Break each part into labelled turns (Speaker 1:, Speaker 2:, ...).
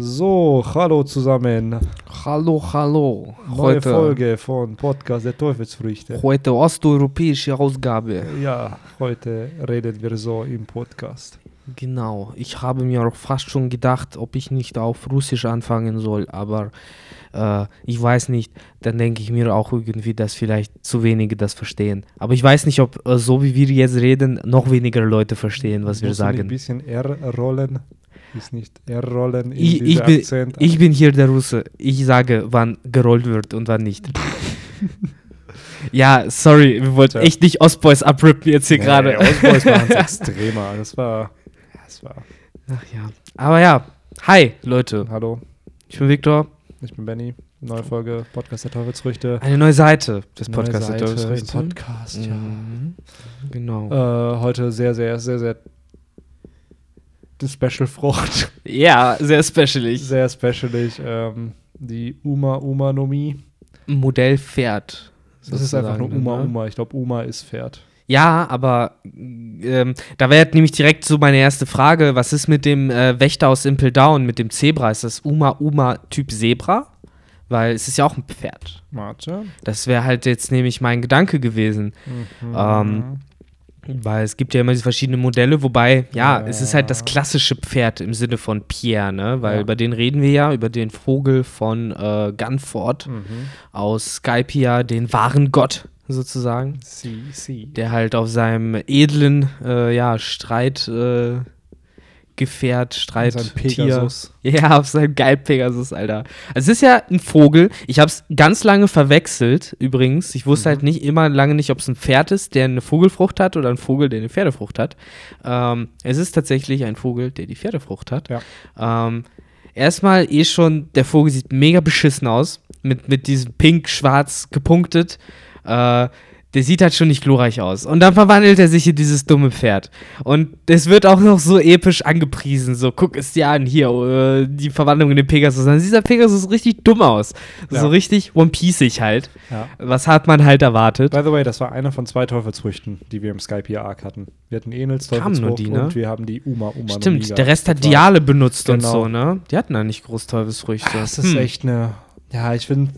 Speaker 1: So, hallo zusammen.
Speaker 2: Hallo, hallo.
Speaker 1: Neue Folge von Podcast der Teufelsfrüchte.
Speaker 2: heute osteuropäische Ausgabe.
Speaker 1: Ja, heute reden wir so im Podcast.
Speaker 2: Genau. Ich habe mir auch fast schon gedacht, ob ich nicht auf Russisch anfangen soll, aber äh, ich weiß nicht. Dann denke ich mir auch irgendwie, dass vielleicht zu wenige das verstehen. Aber ich weiß nicht, ob äh, so wie wir jetzt reden, noch weniger Leute verstehen, was wir
Speaker 1: Musst du nicht Ein
Speaker 2: sagen.
Speaker 1: bisschen R-Rollen. Ist nicht R-Rollen in
Speaker 2: Ich, ich,
Speaker 1: diesem
Speaker 2: bin,
Speaker 1: Akzent.
Speaker 2: ich bin hier der Russe. Ich sage, wann gerollt wird und wann nicht. ja, sorry, wir wollten
Speaker 1: Tja.
Speaker 2: echt nicht Ostboys abrippen jetzt hier gerade.
Speaker 1: Nee, Ausboys waren extremer. Das war, das war.
Speaker 2: Ach ja. Aber ja. Hi, Leute.
Speaker 1: Hallo,
Speaker 2: Ich bin Viktor.
Speaker 1: ich bin Benny. Neue Folge Podcast der Teufelsfrüchte.
Speaker 2: Eine neue Seite des
Speaker 1: Neue
Speaker 2: Podcasts.
Speaker 1: Seite
Speaker 2: Adolfs
Speaker 1: im
Speaker 2: Richter.
Speaker 1: Podcast, ja.
Speaker 2: Mhm. Genau.
Speaker 1: Äh, heute sehr, sehr, sehr, sehr Special Frucht.
Speaker 2: Ja, sehr specialig.
Speaker 1: Sehr specialig. Ähm, die Uma Uma Nomi.
Speaker 2: Modellpferd.
Speaker 1: Das ist einfach nur
Speaker 2: sozusagen,
Speaker 1: Uma
Speaker 2: ne?
Speaker 1: Uma. Ich glaube, Uma ist Pferd.
Speaker 2: Ja, aber ähm, da wäre nämlich direkt so meine erste Frage: Was ist mit dem äh, Wächter aus Impel Down, mit dem Zebra? Ist das Uma Uma Typ Zebra? Weil es ist ja auch ein Pferd.
Speaker 1: Warte.
Speaker 2: Das wäre halt jetzt nämlich mein Gedanke gewesen. Ähm, Weil es gibt ja immer diese verschiedenen Modelle, wobei, ja, es ist halt das klassische Pferd im Sinne von Pierre, ne? Weil
Speaker 1: Ja.
Speaker 2: über den reden wir ja, über den Vogel von äh, Gunford aus Skypia, den wahren Gott sozusagen,
Speaker 1: Sie, sie.
Speaker 2: der halt auf seinem edlen, äh, ja, Streit, äh, Gefährt,
Speaker 1: Sein
Speaker 2: Streittier.
Speaker 1: Pegasus.
Speaker 2: Ja, auf seinem geil Pegasus, Alter. Also es ist ja ein Vogel. Ich habe es ganz lange verwechselt, übrigens. Ich wusste
Speaker 1: Mhm.
Speaker 2: halt nicht immer lange nicht, ob es ein Pferd ist, der eine Vogelfrucht hat oder ein Vogel, der eine Pferdefrucht hat. Ähm, es ist tatsächlich ein Vogel, der die Pferdefrucht hat.
Speaker 1: Ja.
Speaker 2: Ähm, erstmal eh schon, der Vogel sieht mega beschissen aus. Mit, mit diesem pink-schwarz gepunktet. Äh, der sieht halt schon nicht glorreich aus. Und dann verwandelt er sich in dieses dumme Pferd. Und es wird auch noch so episch angepriesen. So, guck es dir an, hier, äh, die Verwandlung in den Pegasus. Dann sieht dieser Pegasus richtig dumm aus.
Speaker 1: Ja.
Speaker 2: So richtig One-Piece-ig halt.
Speaker 1: Ja.
Speaker 2: Was hat man halt erwartet?
Speaker 1: By the way, das war einer von zwei Teufelsfrüchten, die wir im Skype hier Arc hatten. Wir hatten Enels
Speaker 2: Kamen nur
Speaker 1: Teufelsfrucht
Speaker 2: die, ne?
Speaker 1: und wir haben die Uma Uma Nomi
Speaker 2: Stimmt,
Speaker 1: gehabt.
Speaker 2: der Rest hat
Speaker 1: Das war-
Speaker 2: Diale benutzt und
Speaker 1: Genau. Ah,
Speaker 2: so, ne? Die hatten da nicht groß Teufelsfrüchte.
Speaker 1: Das ist
Speaker 2: Hm.
Speaker 1: echt eine. Ja, ich finde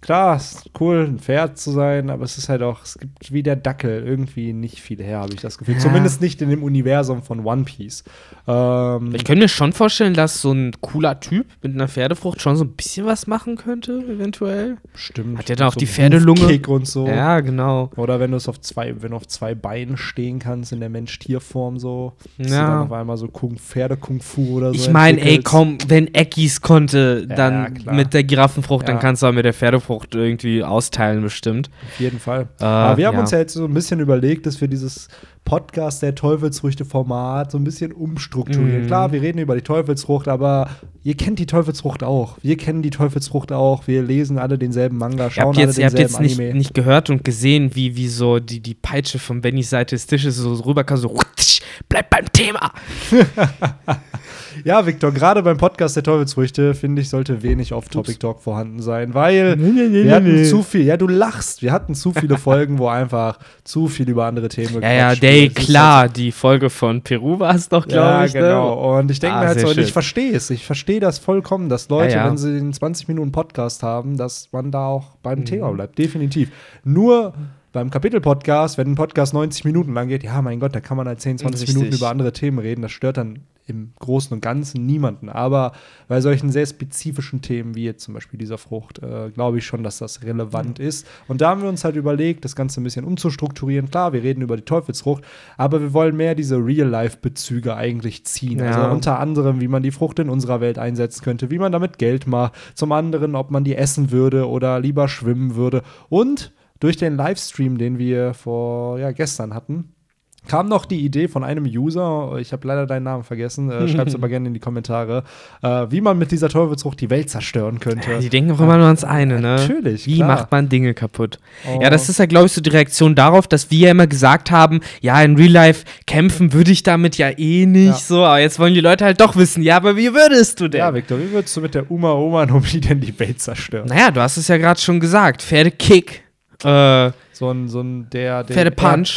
Speaker 1: klar, es ist cool, ein Pferd zu sein, aber es ist halt auch, es gibt wie der Dackel irgendwie nicht viel her, habe ich das Gefühl.
Speaker 2: Ja.
Speaker 1: Zumindest nicht in dem Universum von One Piece. Ähm,
Speaker 2: Ich könnte mir schon vorstellen, dass so ein cooler Typ mit einer Pferdefrucht schon so ein bisschen was machen könnte, eventuell.
Speaker 1: stimmt.
Speaker 2: Hat der dann auch
Speaker 1: So
Speaker 2: die Pferdelunge?
Speaker 1: Hufkick und so.
Speaker 2: Ja, genau.
Speaker 1: Oder wenn du es auf zwei, wenn du auf zwei Beinen stehen kannst in der Mensch-Tier-Form so, dass du
Speaker 2: Ja.
Speaker 1: dann auf einmal so Kung, Pferde-Kung-Fu oder so.
Speaker 2: Ich meine, ey,
Speaker 1: entwickelst.
Speaker 2: komm, wenn Eckis konnte,
Speaker 1: Ja,
Speaker 2: dann
Speaker 1: klar.
Speaker 2: mit der Giraffenfrucht,
Speaker 1: Ja.
Speaker 2: dann kannst du auch mit der Pferdefrucht irgendwie austeilen, bestimmt.
Speaker 1: Auf jeden Fall.
Speaker 2: Äh,
Speaker 1: Aber wir haben
Speaker 2: ja.
Speaker 1: uns ja jetzt so ein bisschen überlegt, dass wir dieses Podcast der Teufelsfrüchte-Format so ein bisschen umstrukturieren.
Speaker 2: Mhm.
Speaker 1: Klar, wir reden über die Teufelsfrucht, aber ihr kennt die Teufelsfrucht auch. Wir kennen die Teufelsfrucht auch. Wir lesen alle denselben Manga,
Speaker 2: Ihr
Speaker 1: schauen
Speaker 2: habt jetzt, ihr
Speaker 1: alle
Speaker 2: habt
Speaker 1: denselben
Speaker 2: jetzt nicht,
Speaker 1: Anime.
Speaker 2: nicht gehört und gesehen, wie, wie so die, die Peitsche von Bennys Seite des Tisches so rüberkam, so rutsch, bleib beim Thema.
Speaker 1: Ja, Victor, gerade beim Podcast der Teufelsfrüchte, finde ich, sollte wenig Off-Topic-Talk vorhanden sein, weil
Speaker 2: Nee, nee, nee,
Speaker 1: wir hatten
Speaker 2: nee, nee.
Speaker 1: zu viel, ja, du lachst, wir hatten zu viele Folgen, wo einfach zu viel über andere Themen
Speaker 2: Ja, ja,
Speaker 1: gequatscht
Speaker 2: Day,
Speaker 1: wird. Es ist halt-
Speaker 2: klar, die Folge von Peru war es doch, glaube
Speaker 1: ja,
Speaker 2: ich. ne?
Speaker 1: genau. Und ich denke
Speaker 2: Ah,
Speaker 1: mir halt so,
Speaker 2: sehr
Speaker 1: und ich
Speaker 2: schön.
Speaker 1: verstehe es. Ich verstehe das vollkommen, dass Leute,
Speaker 2: Ja, ja.
Speaker 1: wenn sie den 20 Minuten Podcast haben, dass man da auch beim
Speaker 2: Mhm.
Speaker 1: Thema bleibt. Definitiv. Nur beim Kapitel-Podcast, wenn ein Podcast 90 Minuten lang geht, ja, mein Gott, da kann man halt 10, 20
Speaker 2: Richtig.
Speaker 1: Minuten über andere Themen reden. Das stört dann im Großen und Ganzen niemanden. Aber bei solchen sehr spezifischen Themen, wie jetzt zum Beispiel dieser Frucht, äh, glaube ich schon, dass das relevant ist. Und da haben wir uns halt überlegt, das Ganze ein bisschen umzustrukturieren. Klar, wir reden über die Teufelsfrucht, aber wir wollen mehr diese Real-Life-Bezüge eigentlich ziehen.
Speaker 2: Ja.
Speaker 1: Also unter anderem, wie man die Frucht in unserer Welt einsetzen könnte, wie man damit Geld macht. Zum anderen, ob man die essen würde oder lieber schwimmen würde. Und durch den Livestream, den wir vor ja, gestern hatten, kam noch die Idee von einem User, ich habe leider deinen Namen vergessen, äh, schreib's aber gerne in die Kommentare, äh, wie man mit dieser Teufelsfrucht die Welt zerstören könnte.
Speaker 2: Die denken auch immer nur ans eine, ne?
Speaker 1: Äh, ah, Natürlich,
Speaker 2: Wie
Speaker 1: klar.
Speaker 2: macht man Dinge kaputt?
Speaker 1: Oh.
Speaker 2: Ja, das ist ja, glaube ich, so die Reaktion darauf, dass wir ja immer gesagt haben, ja, in Real Life kämpfen würde ich damit ja eh nicht
Speaker 1: Ja.
Speaker 2: so, aber jetzt wollen die Leute halt doch wissen, ja, aber wie würdest du denn?
Speaker 1: ja, Victor, wie würdest du mit der Uma Oma Nomi denn die Welt zerstören?
Speaker 2: naja, du hast es ja gerade schon gesagt, Pferdekick, äh,
Speaker 1: So ein, so ein der, den
Speaker 2: Pferdepunch.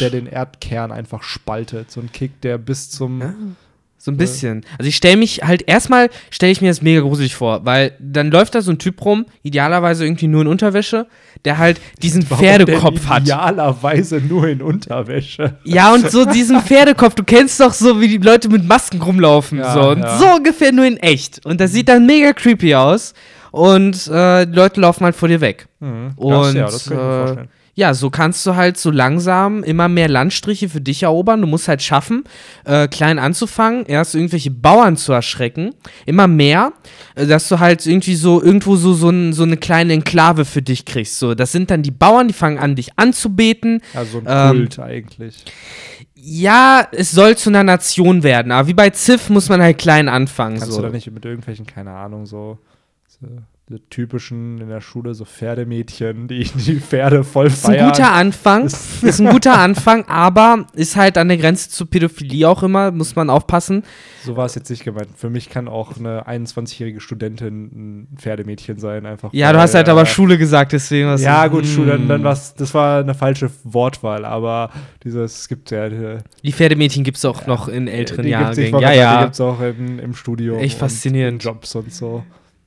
Speaker 1: Erd, der den Erdkern einfach spaltet. So ein Kick, der bis zum,
Speaker 2: So ein bisschen. Also ich stelle mich halt, erstmal stelle ich mir das mega gruselig vor, weil dann läuft da so ein Typ rum, idealerweise irgendwie nur in Unterwäsche, der halt diesen Pferdekopf hat.
Speaker 1: Idealerweise nur in Unterwäsche.
Speaker 2: Ja, und so diesen Pferdekopf, du kennst doch so, wie die Leute mit Masken rumlaufen.
Speaker 1: Ja,
Speaker 2: so. Und
Speaker 1: ja.
Speaker 2: so ungefähr nur in echt. Und das sieht dann mega creepy aus. Und äh, die Leute laufen halt vor dir weg.
Speaker 1: Mhm. Das-
Speaker 2: Und
Speaker 1: Hm, ja, das kann ich mir
Speaker 2: äh,
Speaker 1: vorstellen.
Speaker 2: ja, so kannst du halt so langsam immer mehr Landstriche für dich erobern. Du musst halt schaffen, äh, klein anzufangen, erst irgendwelche Bauern zu erschrecken, immer mehr, äh, dass du halt irgendwie so irgendwo so so, ein, so eine kleine Enklave für dich kriegst. So, das sind dann die Bauern, die fangen an, dich anzubeten.
Speaker 1: Also ein
Speaker 2: ähm,
Speaker 1: Kult eigentlich.
Speaker 2: Ja, es soll zu einer Nation werden, aber wie bei Ziff muss man halt klein anfangen.
Speaker 1: Kannst
Speaker 2: so.
Speaker 1: du da nicht mit irgendwelchen, keine Ahnung, so, so diese typischen in der Schule, so Pferdemädchen, die die Pferde voll
Speaker 2: ist ein
Speaker 1: feiern.
Speaker 2: guter Anfang, ist ein guter Anfang, aber ist halt an der Grenze zur Pädophilie auch immer, muss man aufpassen.
Speaker 1: So war es jetzt nicht gemeint. Für mich kann auch eine 21-jährige Studentin ein Pferdemädchen sein, einfach.
Speaker 2: Ja, du
Speaker 1: weil,
Speaker 2: hast halt aber
Speaker 1: äh,
Speaker 2: Schule gesagt, deswegen. was-
Speaker 1: Ja, gut, Schule, dann,
Speaker 2: Hm.
Speaker 1: dann war's, das war eine falsche Wortwahl, aber dieses, es gibt ja. äh,
Speaker 2: Die Pferdemädchen gibt es auch noch in älteren
Speaker 1: die gibt's, ich
Speaker 2: Jahrgängen.
Speaker 1: wollte
Speaker 2: Ja,
Speaker 1: gerade sagen, Die
Speaker 2: ja.
Speaker 1: gibt es auch im, im Studio.
Speaker 2: Echt
Speaker 1: und
Speaker 2: faszinierend.
Speaker 1: in Jobs und so.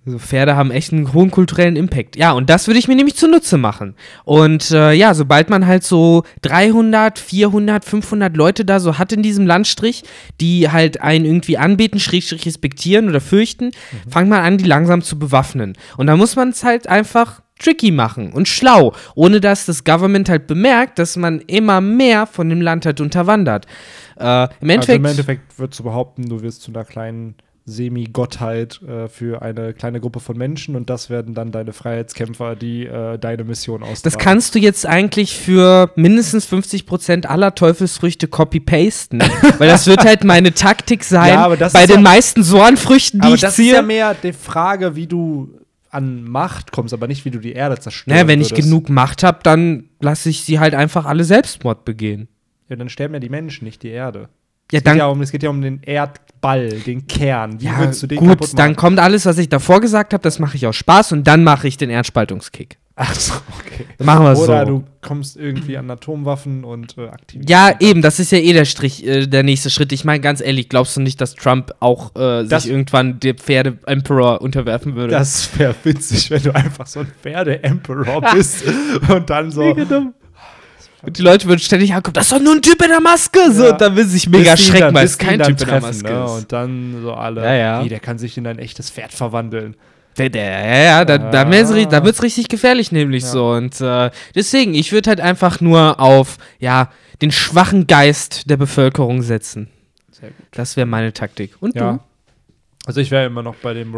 Speaker 2: Also Pferde haben echt einen hohen kulturellen Impact. Ja, und das würde ich mir nämlich zunutze machen. Und äh, ja, sobald man halt so 300, 400, 500 Leute da so hat in diesem Landstrich, die halt einen irgendwie anbeten, schrägstrich respektieren oder fürchten, fangt man an, die langsam zu bewaffnen. Und da muss man es halt einfach tricky machen und schlau, ohne dass das Government halt bemerkt, dass man immer mehr von dem Land halt unterwandert. Äh, Im
Speaker 1: Also
Speaker 2: Endeffekt,
Speaker 1: im Endeffekt würdest du behaupten, du wirst zu einer kleinen Semi-Gottheit äh, für eine kleine Gruppe von Menschen und das werden dann deine Freiheitskämpfer, die äh, deine Mission austragen.
Speaker 2: Das kannst du jetzt eigentlich für mindestens 50% aller Teufelsfrüchte copy-pasten. ne? weil das wird halt meine Taktik sein,
Speaker 1: Ja, aber das
Speaker 2: bei
Speaker 1: ist
Speaker 2: den
Speaker 1: ja-
Speaker 2: meisten Soanfrüchten, die
Speaker 1: aber
Speaker 2: ich
Speaker 1: das
Speaker 2: ziehe.
Speaker 1: ist ja mehr die Frage, wie du an Macht kommst, aber nicht, wie du die Erde zerstörst.
Speaker 2: naja, wenn ich genug Macht habe, dann lasse ich sie halt einfach alle Selbstmord begehen.
Speaker 1: Ja, dann sterben ja die Menschen, nicht die Erde.
Speaker 2: Ja,
Speaker 1: Es geht,
Speaker 2: dann,
Speaker 1: ja um, es geht ja um den Erdball, den Kern. Wie
Speaker 2: ja,
Speaker 1: würdest du den
Speaker 2: gut,
Speaker 1: kaputt machen?
Speaker 2: dann kommt alles, was ich davor gesagt habe, das mache ich aus Spaß und dann mache ich den Erdspaltungskick.
Speaker 1: Ach so, okay.
Speaker 2: Dann machen wir so.
Speaker 1: Oder du kommst irgendwie an Atomwaffen und äh, aktivierst.
Speaker 2: ja, eben, das ist ja eh der Strich, äh, der nächste Schritt. Ich meine, ganz ehrlich, glaubst du nicht, dass Trump auch äh,
Speaker 1: Das-
Speaker 2: sich irgendwann dem Pferde-Emperor unterwerfen würde?
Speaker 1: Das wäre witzig, wenn du einfach so ein Pferde-Emperor bist und dann so.
Speaker 2: Und die Leute würden ständig ankommen, das ist doch nur ein Typ in der Maske. So,
Speaker 1: Ja.
Speaker 2: und dann will sie sich mega
Speaker 1: bis die ihn
Speaker 2: schrecken,
Speaker 1: dann-
Speaker 2: weil
Speaker 1: bis
Speaker 2: es
Speaker 1: die ihn
Speaker 2: kein
Speaker 1: dann
Speaker 2: Typ in der
Speaker 1: treffen,
Speaker 2: Maske
Speaker 1: ne?
Speaker 2: ist.
Speaker 1: Und dann so alle.
Speaker 2: Ja, ja.
Speaker 1: Wie, der kann sich in ein echtes Pferd verwandeln.
Speaker 2: Der, der, ja, ja, da, da,
Speaker 1: Ah.
Speaker 2: wird's ri- da wird's richtig gefährlich nämlich
Speaker 1: Ja.
Speaker 2: so. Und äh, deswegen, ich würde halt einfach nur auf, ja, den schwachen Geist der Bevölkerung setzen.
Speaker 1: Sehr gut.
Speaker 2: Das wäre meine Taktik. Und
Speaker 1: Ja. Also ich wäre immer noch bei dem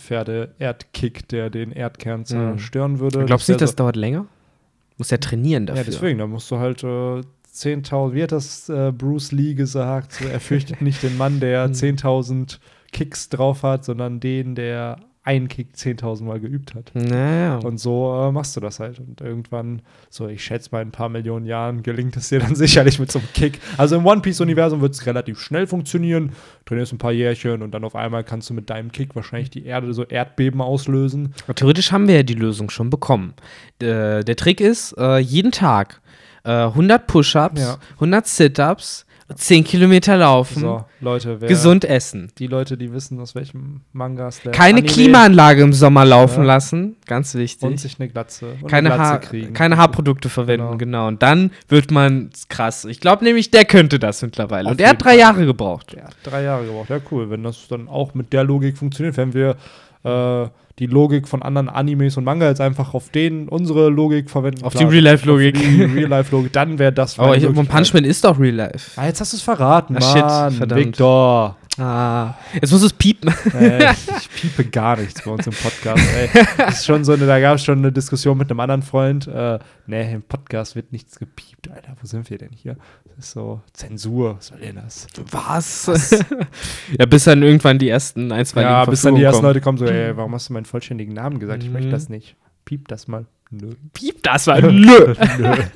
Speaker 1: Roundhouse-Pferde-Erdkick, der den Erdkern zerstören würde.
Speaker 2: Mhm. du? Glaubst du
Speaker 1: Das
Speaker 2: nicht,
Speaker 1: wär
Speaker 2: das dauert länger? Muss ja trainieren
Speaker 1: Ja,
Speaker 2: dafür.
Speaker 1: deswegen, da musst du halt äh, 10.000, wie hat das äh, Bruce Lee gesagt? So, er fürchtet nicht den Mann,
Speaker 2: Mhm.
Speaker 1: der 10.000 Kicks drauf hat, sondern den, der einen Kick 10.000 Mal geübt hat.
Speaker 2: naja.
Speaker 1: Und so äh, machst du das halt. Und irgendwann, so ich schätze mal, in ein paar Millionen Jahren gelingt es dir dann sicherlich mit so einem Kick. Also im One Piece-Universum wird es relativ schnell funktionieren. Trainierst ein paar Jährchen und dann auf einmal kannst du mit deinem Kick wahrscheinlich die Erde so Erdbeben auslösen.
Speaker 2: Theoretisch haben wir ja die Lösung schon bekommen. Äh, der Trick ist, äh, jeden Tag äh, 100 Push-Ups,
Speaker 1: Ja.
Speaker 2: 100 Sit-Ups, 10 Kilometer laufen,
Speaker 1: So, Leute, wer
Speaker 2: Mhm. gesund essen.
Speaker 1: die Leute, die wissen, aus welchem Mangas der
Speaker 2: Keine
Speaker 1: Anime
Speaker 2: Klimaanlage im Sommer laufen
Speaker 1: Ja.
Speaker 2: lassen, ganz
Speaker 1: und
Speaker 2: wichtig.
Speaker 1: sich eine Glatze und
Speaker 2: Keine,
Speaker 1: eine Glatze
Speaker 2: Haar,
Speaker 1: kriegen.
Speaker 2: keine Haarprodukte verwenden, genau.
Speaker 1: Genau.
Speaker 2: Und dann wird man krass. Ich glaube nämlich, der könnte das mittlerweile.
Speaker 1: Auf
Speaker 2: Und er hat
Speaker 1: jeden
Speaker 2: drei
Speaker 1: Fall.
Speaker 2: Jahre gebraucht.
Speaker 1: Der hat drei Jahre gebraucht. Ja, cool. Wenn das dann auch mit der Logik funktioniert, wenn wir äh, die Logik von anderen Animes und Manga jetzt einfach auf den unsere Logik verwenden.
Speaker 2: Auf
Speaker 1: klar,
Speaker 2: die Real-Life-Logik.
Speaker 1: auf die Real-Life-Logik, dann wäre das.
Speaker 2: Aber
Speaker 1: meine
Speaker 2: ich, One
Speaker 1: Möglichkeit.
Speaker 2: Punch Man ist doch Real Life.
Speaker 1: Ah, jetzt hast du es verraten,
Speaker 2: Ah, shit,
Speaker 1: Mann.
Speaker 2: verdammt.
Speaker 1: Victor.
Speaker 2: Ah. Jetzt muss es piepen.
Speaker 1: Ey, ich piepe gar nichts bei uns im Podcast. Ey. Das ist schon so eine, da gab es schon eine Diskussion mit einem anderen Freund. Äh, nee, im Podcast wird nichts gepiept. Alter, wo sind wir denn hier? Das ist so Zensur. Was soll denn das?
Speaker 2: Was? ja, bis dann irgendwann die ersten ein, zwei
Speaker 1: ja,
Speaker 2: Linken
Speaker 1: bis dann die
Speaker 2: Verfügung
Speaker 1: ersten
Speaker 2: kommen.
Speaker 1: Leute
Speaker 2: Mhm.
Speaker 1: kommen, so, ey, warum hast du meinen vollständigen Namen gesagt? Ich möchte das nicht. Piep das mal. Nö.
Speaker 2: Piep das mal. Nö.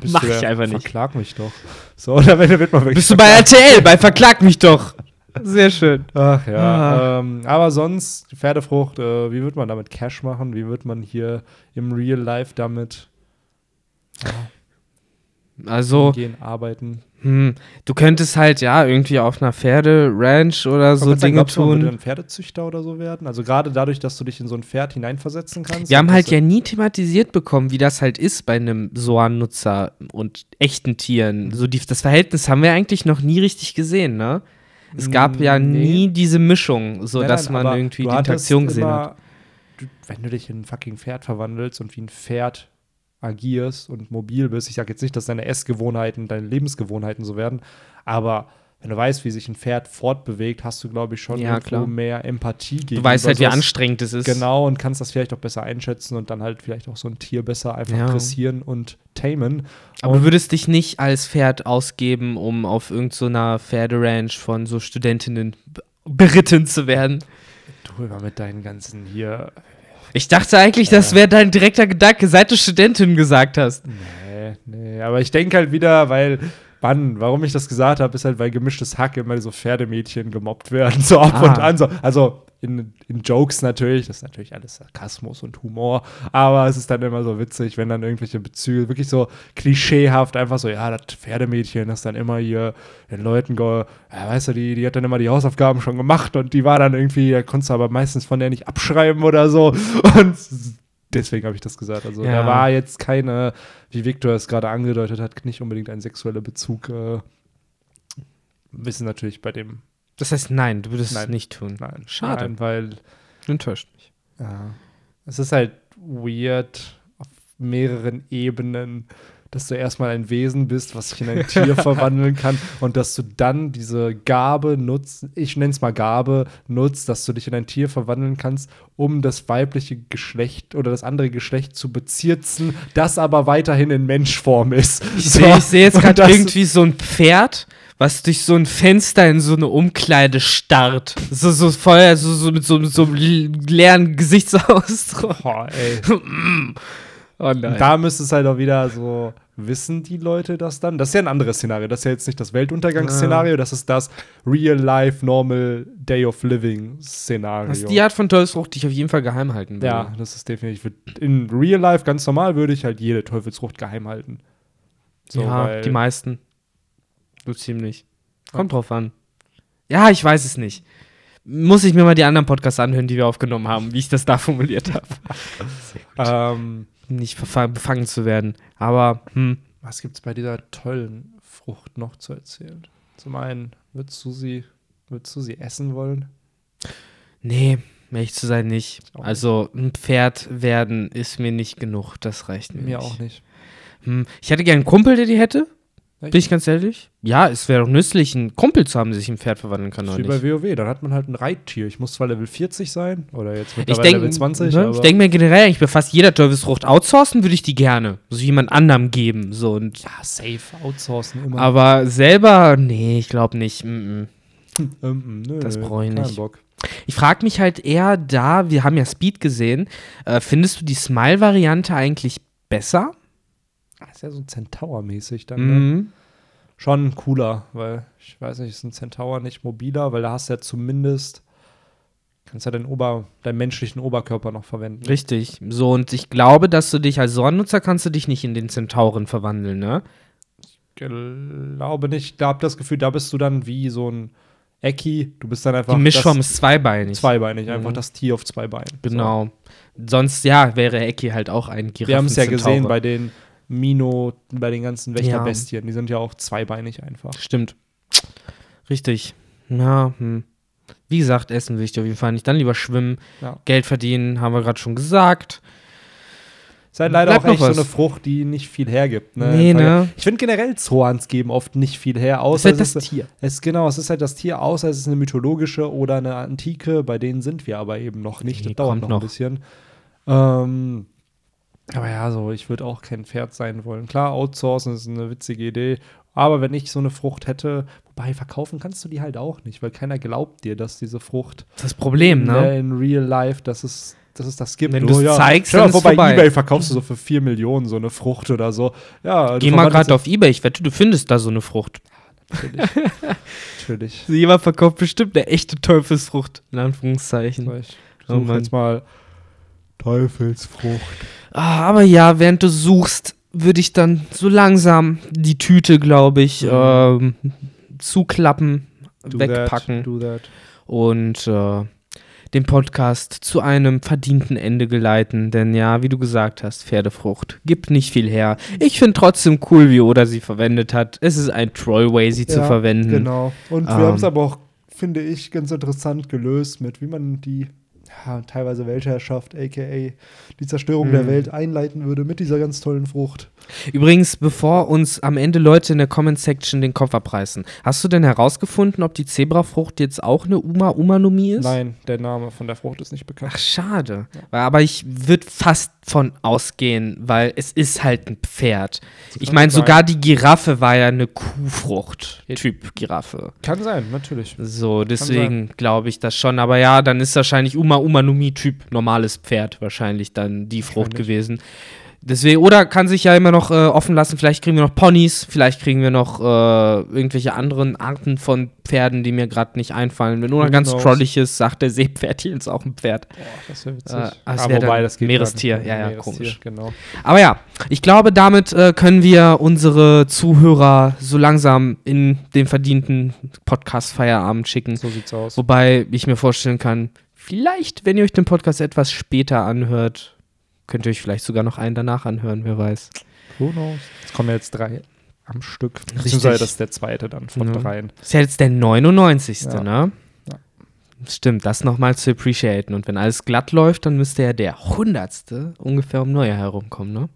Speaker 1: Bist
Speaker 2: Mach
Speaker 1: du
Speaker 2: ich
Speaker 1: der-
Speaker 2: einfach nicht.
Speaker 1: Verklag mich doch. So, oder wenn du wird man wirklich.
Speaker 2: Bist du bei RTL? Bei Verklag mich doch. Sehr schön.
Speaker 1: Ach
Speaker 2: Ah.
Speaker 1: ja. Ähm, aber sonst, Pferdefrucht, äh, wie wird man damit Cash machen? Wie wird man hier im Real Life damit.
Speaker 2: Also,
Speaker 1: Gehen, arbeiten.
Speaker 2: hm, du könntest halt ja irgendwie auf einer Pferde-Ranch oder so
Speaker 1: Aber
Speaker 2: Dinge
Speaker 1: glaubst du, man würde
Speaker 2: tun.
Speaker 1: ein Pferdezüchter oder so werden? Also gerade dadurch, dass du dich in so ein Pferd hineinversetzen kannst.
Speaker 2: Wir haben
Speaker 1: und
Speaker 2: halt
Speaker 1: das-
Speaker 2: ja nie thematisiert bekommen, wie das halt ist bei einem Soan-Nutzer und echten
Speaker 1: Mhm.
Speaker 2: Tieren. So die, das Verhältnis haben wir eigentlich noch nie richtig gesehen, ne? Es gab
Speaker 1: Mm,
Speaker 2: ja
Speaker 1: nee.
Speaker 2: nie diese Mischung, so
Speaker 1: Nein,
Speaker 2: dass
Speaker 1: nein,
Speaker 2: man
Speaker 1: aber
Speaker 2: irgendwie
Speaker 1: du
Speaker 2: die
Speaker 1: hattest
Speaker 2: Interaktion gesehen
Speaker 1: immer-
Speaker 2: hat.
Speaker 1: Du, wenn du dich in ein fucking Pferd verwandelst und wie ein Pferd agierst und mobil bist, ich sage jetzt nicht, dass deine Essgewohnheiten, deine Lebensgewohnheiten so werden, aber wenn du weißt, wie sich ein Pferd fortbewegt, hast du, glaube ich, schon
Speaker 2: Ja,
Speaker 1: irgendwo
Speaker 2: klar.
Speaker 1: mehr Empathie gegenüber.
Speaker 2: Du weißt halt, wie
Speaker 1: sowas.
Speaker 2: anstrengend es ist.
Speaker 1: Genau, und kannst das vielleicht auch besser einschätzen und dann halt vielleicht auch so ein Tier besser einfach
Speaker 2: Ja.
Speaker 1: dressieren und tamen.
Speaker 2: Aber du würdest dich nicht als Pferd ausgeben, um auf irgendeiner Pferderanch von so Studentinnen b- beritten zu werden.
Speaker 1: Du immer mit deinen ganzen hier.
Speaker 2: Ich dachte eigentlich, das
Speaker 1: Äh.
Speaker 2: wäre dein direkter Gedanke, seit du Studentin gesagt hast.
Speaker 1: Nee, nee, aber ich denke halt wieder, weil. Mann, warum ich das gesagt habe, ist halt, weil gemischtes Hack immer so Pferdemädchen gemobbt werden, so ab
Speaker 2: Ah.
Speaker 1: und an. So. Also in, in Jokes natürlich, das ist natürlich alles Sarkasmus und Humor, aber es ist dann immer so witzig, wenn dann irgendwelche Bezüge, wirklich so klischeehaft, einfach so, ja, das Pferdemädchen, das dann immer hier den Leuten, ge ja, weißt du, die, die hat dann immer die Hausaufgaben schon gemacht und die war dann irgendwie, da konntest du aber meistens von der nicht abschreiben oder so. Und deswegen habe ich das gesagt. Also
Speaker 2: Ja.
Speaker 1: da war jetzt keine, wie Victor es gerade angedeutet hat, nicht unbedingt ein sexueller Bezug. Äh, wissen natürlich bei dem,
Speaker 2: Das heißt, nein, du würdest es
Speaker 1: Nein.
Speaker 2: nicht tun.
Speaker 1: nein,
Speaker 2: Schade.
Speaker 1: nein, weil
Speaker 2: Du enttäuscht mich.
Speaker 1: ja. Es ist halt weird auf mehreren Ebenen, dass du erstmal ein Wesen bist, was sich in ein Tier verwandeln kann und dass du dann diese Gabe nutzt, ich nenne es mal Gabe, nutzt, dass du dich in ein Tier verwandeln kannst, um das weibliche Geschlecht oder das andere Geschlecht zu bezirzen, das aber weiterhin in Menschform ist.
Speaker 2: Ich
Speaker 1: So.
Speaker 2: sehe seh jetzt
Speaker 1: Und
Speaker 2: gerade
Speaker 1: das-
Speaker 2: irgendwie so ein Pferd, was durch so ein Fenster in so eine Umkleide starrt. So, so voll, so, so mit so, mit so einem leeren Gesichtsausdruck.
Speaker 1: Boah, ey.
Speaker 2: Oh nein.
Speaker 1: Und da müsste es halt auch wieder so, wissen die Leute das dann? Das ist ja ein anderes Szenario. Das ist ja jetzt nicht das Weltuntergangsszenario, das ist das Real-Life-Normal-Day-of-Living-Szenario.
Speaker 2: Das ist die Art von Teufelsfrucht, die ich auf jeden Fall geheim halten würde.
Speaker 1: ja, das ist definitiv. wird- In Real Life ganz normal würde ich halt jede Teufelsfrucht geheim halten. So,
Speaker 2: ja
Speaker 1: weil-
Speaker 2: die meisten. So ziemlich. Kommt drauf an. Ja, ich weiß es nicht. Muss ich mir mal die anderen Podcasts anhören, die wir aufgenommen haben, wie ich das da formuliert habe.
Speaker 1: ähm,
Speaker 2: nicht verfa- befangen zu werden. Aber, hm.
Speaker 1: was gibt es bei dieser tollen Frucht noch zu erzählen? Zum einen, würdest du sie, würdest du sie essen wollen?
Speaker 2: Nee, um ehrlich zu sein, nicht.
Speaker 1: auch nicht.
Speaker 2: Also, ein Pferd werden ist mir nicht genug. Das reicht mir,
Speaker 1: Mir
Speaker 2: nicht.
Speaker 1: auch nicht.
Speaker 2: Hm. Ich hätte gern einen Kumpel, der die hätte.
Speaker 1: Echt?
Speaker 2: Bin ich ganz ehrlich? Ja, es wäre doch nützlich, einen Kumpel zu haben, der sich in ein Pferd verwandeln kann.
Speaker 1: Das
Speaker 2: oder
Speaker 1: ist wie
Speaker 2: nicht?
Speaker 1: bei WoW, dann hat man halt ein Reittier. Ich muss zwar Level 40 sein oder jetzt
Speaker 2: Ich
Speaker 1: mittlerweile
Speaker 2: denke
Speaker 1: Level 20.
Speaker 2: ne?
Speaker 1: aber
Speaker 2: Ich denke mir generell, eigentlich bei fast jeder Teufelsfrucht outsourcen würde ich die gerne. So jemand anderem geben. So und,
Speaker 1: ja, Ah, safe outsourcen immer.
Speaker 2: aber selber, nee, ich glaube nicht. Mm, mm.
Speaker 1: Ähm, nö,
Speaker 2: Das
Speaker 1: nö,
Speaker 2: brauch ich
Speaker 1: kein
Speaker 2: nicht.
Speaker 1: Bock.
Speaker 2: Ich frage mich halt eher da, wir haben ja Speed gesehen, äh, findest du die Smile-Variante eigentlich besser?
Speaker 1: Ah, ist ja so Centaur-mäßig dann. Ne?
Speaker 2: Mhm.
Speaker 1: Schon cooler, weil ich weiß nicht, ist ein Centaur nicht mobiler, weil da hast du ja zumindest, kannst ja deinen, Ober, deinen menschlichen Oberkörper noch verwenden.
Speaker 2: Richtig. So, und ich glaube, dass du dich als Sonnennutzer kannst du dich nicht in den Zentauren verwandeln, ne?
Speaker 1: Glaube nicht, da hab das Gefühl, da bist du dann wie so ein Ecki, du bist dann einfach
Speaker 2: Die Mischform
Speaker 1: das
Speaker 2: ist zweibeinig.
Speaker 1: zweibeinig, einfach
Speaker 2: Mhm.
Speaker 1: das Tier auf zwei Beinen. So.
Speaker 2: Genau. Sonst, ja, wäre Ecki halt auch ein Giraffen.
Speaker 1: Wir haben es ja gesehen bei den Mino, bei den ganzen Wächterbestien. Die sind ja auch zweibeinig einfach.
Speaker 2: Stimmt. Richtig. Ja, hm. Wie gesagt, essen will ich auf jeden Fall nicht. Dann lieber schwimmen,
Speaker 1: Ja.
Speaker 2: Geld verdienen, haben wir gerade schon gesagt.
Speaker 1: Ist halt leider
Speaker 2: Bleibt
Speaker 1: auch echt
Speaker 2: noch
Speaker 1: so
Speaker 2: was.
Speaker 1: eine Frucht, die nicht viel hergibt. Ne?
Speaker 2: Nee,
Speaker 1: Im Vergleich-
Speaker 2: ne?
Speaker 1: Ich finde generell Zoans geben oft nicht viel her,
Speaker 2: Das ist
Speaker 1: außer
Speaker 2: halt das
Speaker 1: es ist,
Speaker 2: Tier.
Speaker 1: es, genau, es ist halt das Tier, außer es ist eine mythologische oder eine antike, bei denen sind wir aber eben noch nicht.
Speaker 2: Nee,
Speaker 1: das dauert
Speaker 2: kommt
Speaker 1: noch,
Speaker 2: noch.
Speaker 1: ein bisschen. Ähm, aber ja, so, ich würde auch kein Pferd sein wollen. Klar, outsourcen ist eine witzige Idee, aber wenn ich so eine Frucht hätte, wobei verkaufen kannst du die halt auch nicht, weil keiner glaubt dir, dass diese Frucht
Speaker 2: Das ist das Problem, ne?
Speaker 1: in real life, dass es, dass es das gibt. Oh
Speaker 2: Wenn du's zeigst,
Speaker 1: stell
Speaker 2: dann
Speaker 1: dir mal vor,
Speaker 2: ist vorbei.
Speaker 1: bei eBay verkaufst du so für 4 Millionen so eine Frucht oder so. Ja, du
Speaker 2: Geh mal
Speaker 1: verwandelst-
Speaker 2: gerade auf Ebay, ich wette, du findest da so eine Frucht.
Speaker 1: Natürlich. Natürlich.
Speaker 2: Jemand verkauft bestimmt eine echte Teufelsfrucht, in Anführungszeichen.
Speaker 1: So, ich
Speaker 2: Oh
Speaker 1: suche
Speaker 2: Mann.
Speaker 1: jetzt mal Teufelsfrucht.
Speaker 2: Ah, aber ja, während du suchst, würde ich dann so langsam die Tüte, glaube ich,
Speaker 1: Mhm.
Speaker 2: ähm, zuklappen,
Speaker 1: Do
Speaker 2: wegpacken
Speaker 1: That, do that.
Speaker 2: und äh, den Podcast zu einem verdienten Ende geleiten. Denn ja, wie du gesagt hast, Pferdefrucht gibt nicht viel her. Ich finde trotzdem cool, wie Oda sie verwendet hat. Es ist ein Trollway, sie zu
Speaker 1: Ja,
Speaker 2: verwenden.
Speaker 1: Genau. Und wir
Speaker 2: Ähm.
Speaker 1: haben es aber auch, finde ich, ganz interessant gelöst mit, wie man die ja, teilweise Weltherrschaft, a.k.a. die Zerstörung
Speaker 2: Mhm.
Speaker 1: der Welt, einleiten würde mit dieser ganz tollen Frucht.
Speaker 2: Übrigens, bevor uns am Ende Leute in der Comment-Section den Kopf abreißen, hast du denn herausgefunden, ob die Zebrafrucht jetzt auch eine Uma-Uma-Nomie ist?
Speaker 1: Nein, der Name von der Frucht ist nicht
Speaker 2: Ach,
Speaker 1: bekannt.
Speaker 2: schade. Aber ich würde fast von ausgehen, weil es ist halt ein Pferd. Ich
Speaker 1: kann
Speaker 2: meine,
Speaker 1: sein.
Speaker 2: sogar die Giraffe war ja eine Kuhfrucht. Typ Giraffe.
Speaker 1: Kann sein, natürlich.
Speaker 2: So, deswegen glaube ich das schon. Aber ja, dann ist wahrscheinlich Uma Uma Numi Typ normales Pferd wahrscheinlich dann die Frucht
Speaker 1: Wahrscheinlich.
Speaker 2: gewesen. Deswegen, oder kann sich ja immer noch äh, offen lassen, vielleicht kriegen wir noch Ponys, vielleicht kriegen wir noch äh, irgendwelche anderen Arten von Pferden, die mir gerade nicht einfallen. Wenn nur
Speaker 1: Who
Speaker 2: ganz
Speaker 1: knows?
Speaker 2: trollig ist, sagt der Seepferdchen ist auch ein Pferd.
Speaker 1: Boah, das wäre witzig.
Speaker 2: Äh, ah, es wär dann Meerestier.
Speaker 1: gar nicht.
Speaker 2: Ja, ja,
Speaker 1: Meerestier,
Speaker 2: komisch.
Speaker 1: Genau.
Speaker 2: Aber ja, ich glaube, damit äh, können wir unsere Zuhörer so langsam in den verdienten Podcast-Feierabend schicken.
Speaker 1: So sieht's aus.
Speaker 2: Wobei ich mir vorstellen kann, vielleicht, wenn ihr euch den Podcast etwas später anhört, könnt ihr euch vielleicht sogar noch einen danach anhören, wer weiß.
Speaker 1: Who knows? Jetzt kommen jetzt drei am Stück. Beziehungsweise das ist der zweite dann von
Speaker 2: Ja.
Speaker 1: dreien.
Speaker 2: Ist ja jetzt der 99.
Speaker 1: Ja.
Speaker 2: Ne?
Speaker 1: Ja.
Speaker 2: Stimmt, das nochmal zu appreciaten. Und wenn alles glatt läuft, dann müsste ja der 100. ungefähr um Neujahr herumkommen, ne?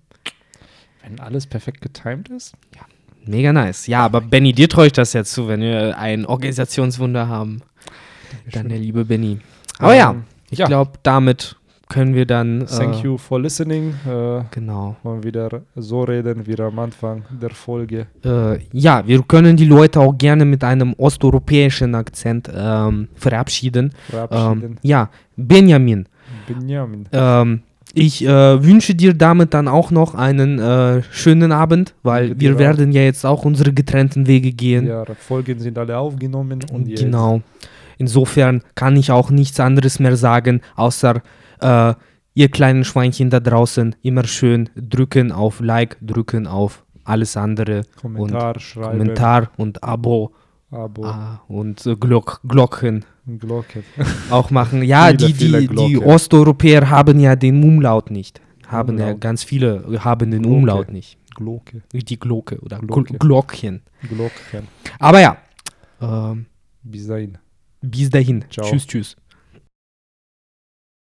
Speaker 1: Wenn alles perfekt getimed ist.
Speaker 2: Mega nice. Ja, aber Benny, dir treue ich das ja zu, wenn wir ein Organisationswunder haben. Dann der liebe Benny. Aber Oh ja,
Speaker 1: Ähm,
Speaker 2: ich
Speaker 1: ja.
Speaker 2: glaube, damit können wir dann.
Speaker 1: Thank
Speaker 2: äh,
Speaker 1: you for listening. Äh,
Speaker 2: Genau.
Speaker 1: Wollen wieder so reden wie am Anfang der Folge.
Speaker 2: Äh, ja, wir können die Leute auch gerne mit einem osteuropäischen Akzent ähm, verabschieden. Ähm,
Speaker 1: Verabschieden.
Speaker 2: ja, Benjamin,
Speaker 1: Benjamin.
Speaker 2: ähm, ich äh, wünsche dir damit dann auch noch einen äh, schönen Abend, weil
Speaker 1: Danke
Speaker 2: wir
Speaker 1: dir
Speaker 2: werden ja jetzt auch unsere getrennten Wege gehen.
Speaker 1: Ja, Folgen sind alle aufgenommen und jetzt.
Speaker 2: genau. Insofern kann ich auch nichts anderes mehr sagen, außer äh, ihr kleinen Schweinchen da draußen immer schön drücken auf Like, drücken auf alles andere.
Speaker 1: Kommentar schreiben. Oh.
Speaker 2: Kommentar und Abo.
Speaker 1: Abo.
Speaker 2: Ah, und äh, Glock, Glocken
Speaker 1: Glocke.
Speaker 2: auch machen. Ja,
Speaker 1: Viele,
Speaker 2: die,
Speaker 1: viele
Speaker 2: die, die
Speaker 1: Glocken.
Speaker 2: Osteuropäer haben ja den Umlaut nicht. Haben ja
Speaker 1: Umlaut.
Speaker 2: ganz viele äh, haben den
Speaker 1: Glocke.
Speaker 2: Umlaut nicht.
Speaker 1: Glocke.
Speaker 2: Die Glocke oder
Speaker 1: Glocke.
Speaker 2: Gl Glockchen.
Speaker 1: Glocke.
Speaker 2: Aber ja, ähm,
Speaker 1: Bis dahin.
Speaker 2: bis dahin.
Speaker 1: Ciao.
Speaker 2: Tschüss, tschüss.